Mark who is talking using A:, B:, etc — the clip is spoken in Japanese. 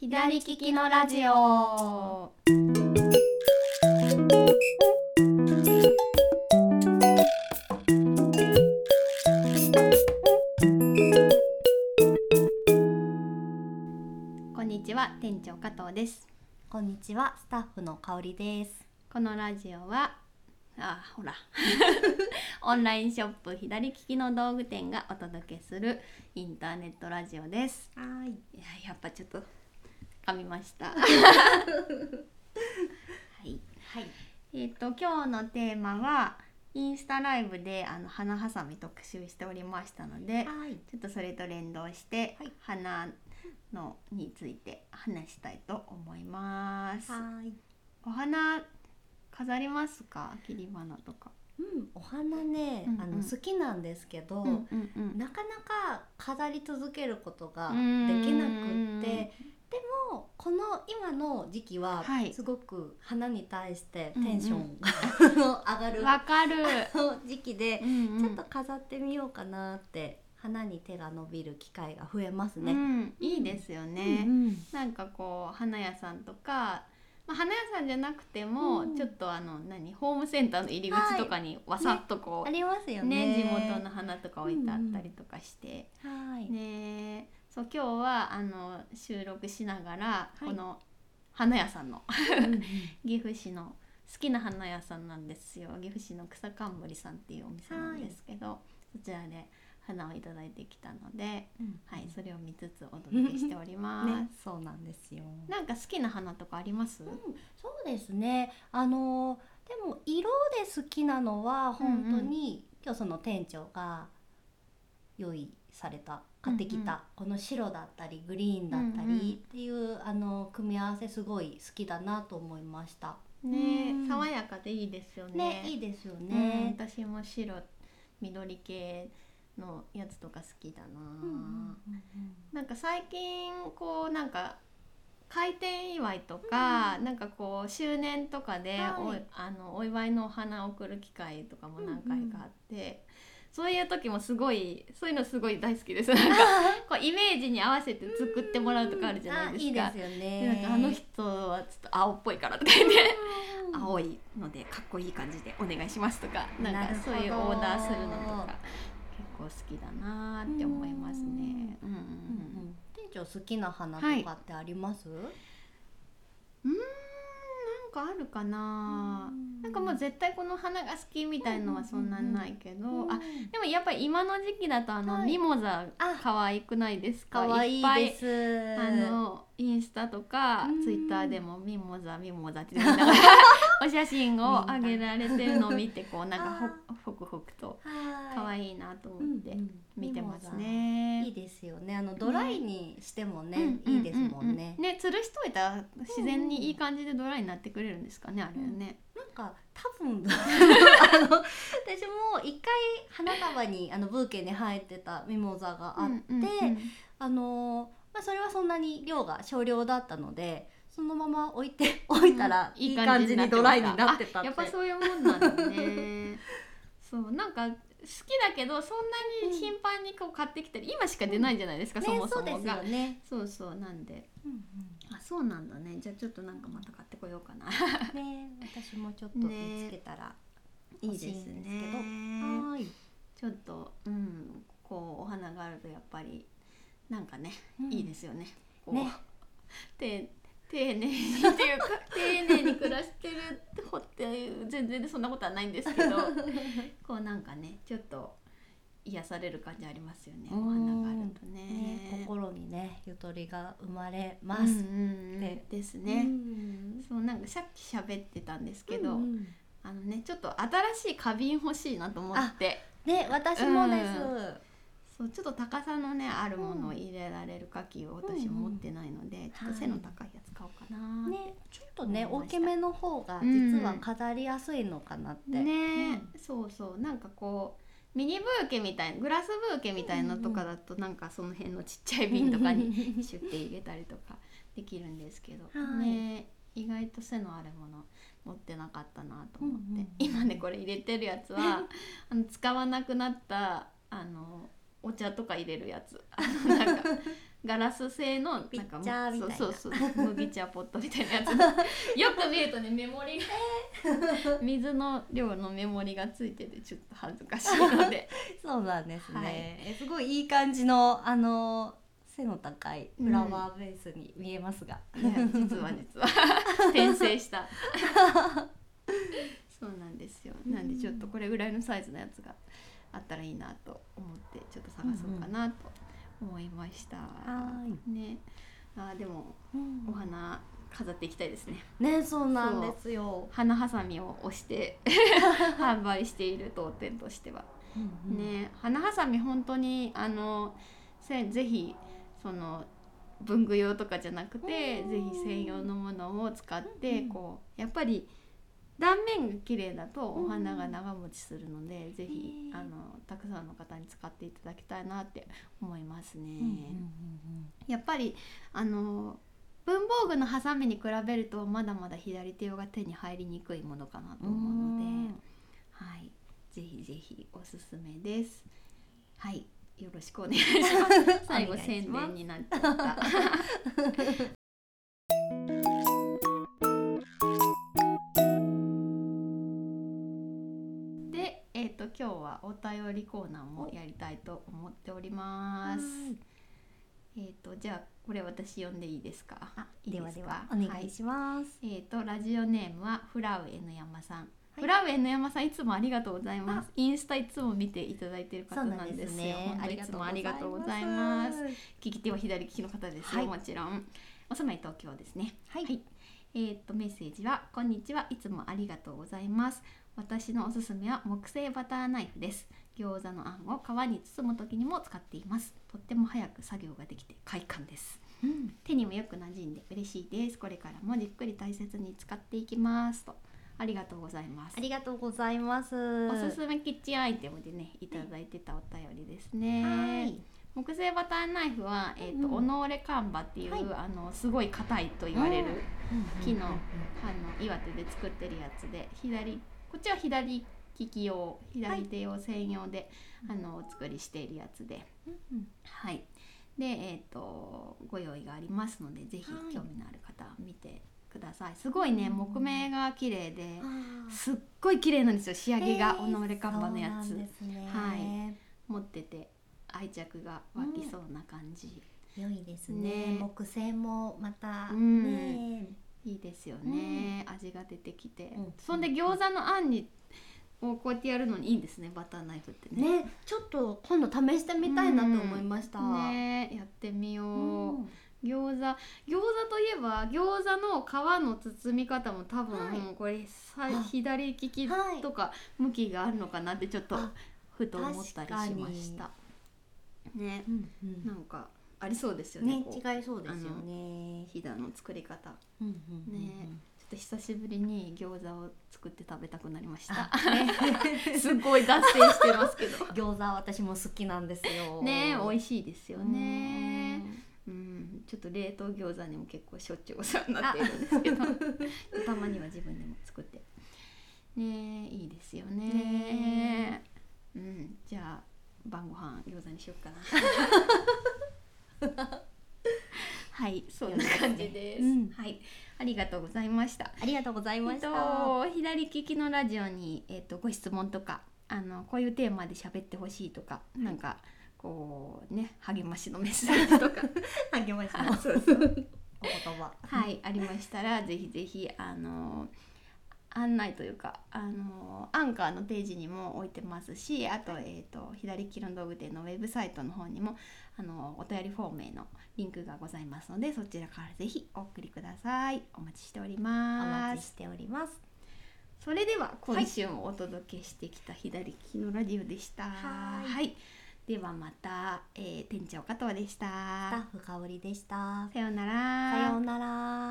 A: 左利きのラジオ。こんにちは、店長加藤です。
B: こんにちは、スタッフの香りです。
A: このラジオはあほら オンラインショップ左利きの道具店がお届けするインターネットラジオです
B: はい。
A: いややっぱちょっと噛みましたはい
B: はい。
A: えっ、と今日のテーマはインスタライブであの花はさみ特集しておりましたので
B: はい。
A: ちょっとそれと連動して、
B: はい
A: 花のについて話したいと思います
B: はい。
A: お花飾りますか切り花とか。
B: うん、お花ね、
A: うんうん
B: あの好きなんですけど、
A: うんう
B: なかなか飾り続けることが
A: う
B: で
A: ーん
B: きなくって、でもこの今の時期は
A: はい
B: すごく花に対して
A: うんうん
B: テンションが あの上が
A: わ
B: る
A: かる。
B: 時期で
A: う、んうん
B: ちょっと飾ってみようかなって花に手が伸びる機会が増えます
A: う
B: ね。
A: んいいですよね。
B: うんうん
A: なんかこう花屋さんとか、まあ、花屋さんじゃなくても、
B: うん
A: ちょっとあの何ホームセンターの入り口とかにわさっとこう、
B: ありますよ
A: ね
B: ね。
A: 地元の花とか置いてあったりとかして、
B: はい。
A: ねそう今日はあの収録しながら、
B: い
A: この花屋さんの
B: うん
A: 岐阜市の好きな花屋さんなんですよ岐阜市の草冠さんっていうお店なんですけど、そちらで花をいただいてきたので、はい、それを見つつお届けしております。
B: ね、そうなんですよ。
A: なんか好きな花とかあります？
B: そうですね。あのでも色で好きなのは本当に、今日その店長が用意された買ってき
A: うんうん
B: た、この白だったりグリーンだった
A: うんうん
B: りっていう、あの組み合わせすごい好きだなと思いました。
A: ね、
B: うん
A: 爽やかでいいですよね
B: ね、。いいですよ
A: ね
B: ね、。
A: 私も白緑系のやつとか好きだな。
B: うんうんうん
A: なんか最近こうなんか開店祝いとか、なんかこう周年とかでお,、
B: はい
A: あのお祝いのお花を送る機会とかも何回かあって、そういう時もすごいそういうのすごい大好きですな んかこうイメージに合わせて作ってもらうとかあるじゃないですか。
B: あいいですよ
A: で
B: ね。
A: なんかあの人はちょっと青っぽいからとか言って「青いのでかっこいい感じでお願いします」とかなん
B: な
A: か
B: るほ
A: そ
B: ど
A: ういうオーダーするのとか結構好きだなーって思いますね。うんうんう
B: うん
A: ん
B: うん店長好きな花とかってあります？
A: うーんなんかあるかななんかもう絶対この花が好きみたいのはそんなにないけど、あでもやっぱり今の時期だとあの、
B: はい
A: ミモザ
B: あ
A: 可愛くないですか
B: 可愛いですす。
A: あのインスタとか
B: うん
A: ツイッターでもミモザミモザって言いながらお写真を上げられてるのを見てこうなんかほほくほくと可
B: はい。
A: 愛いなと思って
B: うんうん
A: 見てます
B: いい
A: ね。
B: ですよね。あのドライにしてもね、
A: うん
B: いいですもんね。
A: ううね吊るしといたら自然にいい感じでドライになってくれるんですかねあれはね。
B: なんか多 分あの私も一回花束にあのブーケに入ってたミモザがあって、
A: うんうんうん
B: あのまあそれはそんなに量が少量だったので。そのまま置いて置いたらいい感じにドライになって
A: あ
B: たって。
A: やっぱそういうもんなんだね そうなんか好きだけどそんなに頻繁にこう買ってきたり、今しか出ないじゃないですか、
B: ね
A: そもそ
B: そうで
A: も
B: すよ
A: が
B: ね。
A: そうそうなんであそうなんだねじゃあちょっとなんかまた買ってこようかな
B: ね私もちょっと見つけたらいいですけど。
A: ね
B: はい。
A: ちょっとうんこうお花があるとやっぱりなんかね、いいですよねこう
B: ね
A: て丁寧に っていうか丁寧に暮らしてるほっていう全然そんなことはないんですけ どこうなんかねちょっと癒される感じありますよねお
B: うん
A: 花があると
B: ね、
A: ね。
B: 心にねゆとりが生まれま
A: ます
B: す。
A: ね
B: ね
A: です
B: う
A: ね。
B: ん
A: そうなんかさっき喋ってたんですけど、
B: うん
A: あのねちょっと新しい花瓶欲しいなと思って
B: ね私もです。
A: そうちょっと高さのねあるものを入れられる花器を私
B: うんうん
A: 持ってないので、ちょっと背の高いやつ買おうかなーって
B: ねちょっとね
A: 思いま
B: 大
A: した
B: きめの方が実は飾りやすいのかなって。
A: ね、そうそうなんかこうミニブーケみたいなグラスブーケみたいなとかだと、なんかその辺のちっちゃい瓶とかにシュッて入れたりとかできるんですけど、
B: はい
A: ね意外と背のあるもの持ってなかったなと思って、
B: うんうん
A: 今ねこれ入れてるやつは あの使わなくなったあのお茶とか入れるやつあのなんかガラス製のなんか
B: ピッチャーみたいな
A: そうそうそう麦茶ポットみたい なやつよく見るとねメモリが水の量のメモリがついててちょっと恥ずかしいので
B: そうなんですね、
A: はい
B: えすごいいい感じのあの背の高いフラワーベースに見えますが、
A: いや実は実は転生したそうなんですよなんでちょっとこれぐらいのサイズのやつがあったらいいなと思ってちょっと探そうかなと思いました、
B: は
A: ねあーでもお花飾っていきたいですね
B: ねそうなんですよ、
A: 花ハサミを押して販売している当店としては、
B: うんうん
A: ね花ハサミ本当にあのせぜひその文具用とかじゃなくて
B: うん
A: ぜひ専用のものを使って、
B: うんうん
A: こうやっぱり断面が綺麗だと
B: うん
A: お花が長持ちするので、ぜひ
B: へー
A: あのたくさんの方に使っていただきたいなって思いますね。
B: うんうん
A: やっぱりあの文房具のハサミに比べるとまだまだ左手用が手に入りにくいものかなと
B: うんうん
A: 思うので、はい、ぜひぜひおすすめです。はい、よろしくお願いし ます。最後
B: お願いし
A: 宣
B: ます
A: 伝になっちゃった。 で、えっ、と今日はお便りコーナーもやりたいと思っております。
B: はい
A: えっ、とじゃあこれ私読んでいいですか。いい
B: です
A: か
B: はではお願いします、
A: えー、とラジオネームはフラウ N 山さん、
B: い
A: フラウ N 山さんいつもありがとうございますインスタいつも見ていただいてる方なんですよ本当にいつもありがとうございます聞き手は左利きの方ですよ、
B: はい
A: もちろんお住まい東京ですね
B: はい
A: えー、とメッセージは「こんにちはいつもありがとうございます私のおすすめは木製バターナイフです餃子のあんを皮に包む時にも使っていますとっても早く作業ができて快感です
B: うん
A: 手にもよく馴染んで嬉しいですこれからもじっくり大切に使っていきますとありがとうございます
B: ありがとうございますお
A: おすすめキッチンアイテムでねいただいてたお便りですね、
B: はい
A: 木製バターナイフは、えーと
B: うん
A: オノーレカンバっていう、
B: はい
A: あのすごい硬いと言われる、
B: うん
A: 木のあの岩手で作ってるやつで左こっちは左利き用左手用専用で、あのお作りしているやつではい。で、えっ、とご用意がありますので、ぜひ
B: はい
A: 興味のある方は見てください。すごいね、
B: うん
A: 木目が綺麗で、
B: あー
A: すっごい綺麗なんですよ。仕上げが
B: え
A: オ
B: ー
A: ノレカンバのやつ、
B: そうなんですね
A: は持ってて愛着が湧きそうな感じ。
B: 良いですね
A: ね
B: 木製もまた
A: うん
B: ね
A: いいですよね。味が出てきて、
B: うん
A: そんで餃子のあんにをこうやってやるのにいいんですね。バターナイフってね。
B: ねちょっと今度試してみたいなと思いました、
A: ねやってみよう。
B: うん
A: 餃子餃子といえば餃子の皮の包み方も多分、
B: はい
A: もうこれさ
B: あ
A: 左利き
B: はい
A: とか向きがあるのかなってちょっと
B: あ
A: ふと思ったりしましたね
B: うんう
A: なんんかありそうですよね
B: ね
A: こう
B: 違いそうですよね
A: ひだの作り方ちょ
B: うんうん
A: んっと久しぶりに餃子を作って食べたくなりました
B: あね
A: すごい脱線してますけど
B: 餃子は私も好きなんですよ
A: ね美味
B: し
A: しいですよねうん、ちょっと冷凍餃子にも結構しょっちゅうお世話になっているんですけどたまには自分でも作ってねえいいですよね
B: ね
A: うんじゃあ晩ご飯餃子にしようかな はいそんな感じです、
B: うん
A: はいありがとうございました
B: ありがとうございました、
A: えっと、左利きのラジオに、えっと、ご質問とかあのこういうテーマで喋ってほしいとか、なんかこうね励ましのメッセージとか
B: 励ましのお言葉
A: はい、ありましたらぜひぜひあの案内というかあのアンカーのページにも置いてますしあと,、えー、と左利きの道具店のウェブサイトの方にもあのお便りフォームへのリンクがございますのでそちらからぜひお送りくださいお待ちしており
B: お
A: ま
B: 待ち
A: す
B: しております
A: それでは今週もお届けしてきた左利きのラジオでした
B: はい
A: いではまた、えー店長加藤でした
B: スタッフ香りでした
A: さような
B: さ
A: ら
B: ようなら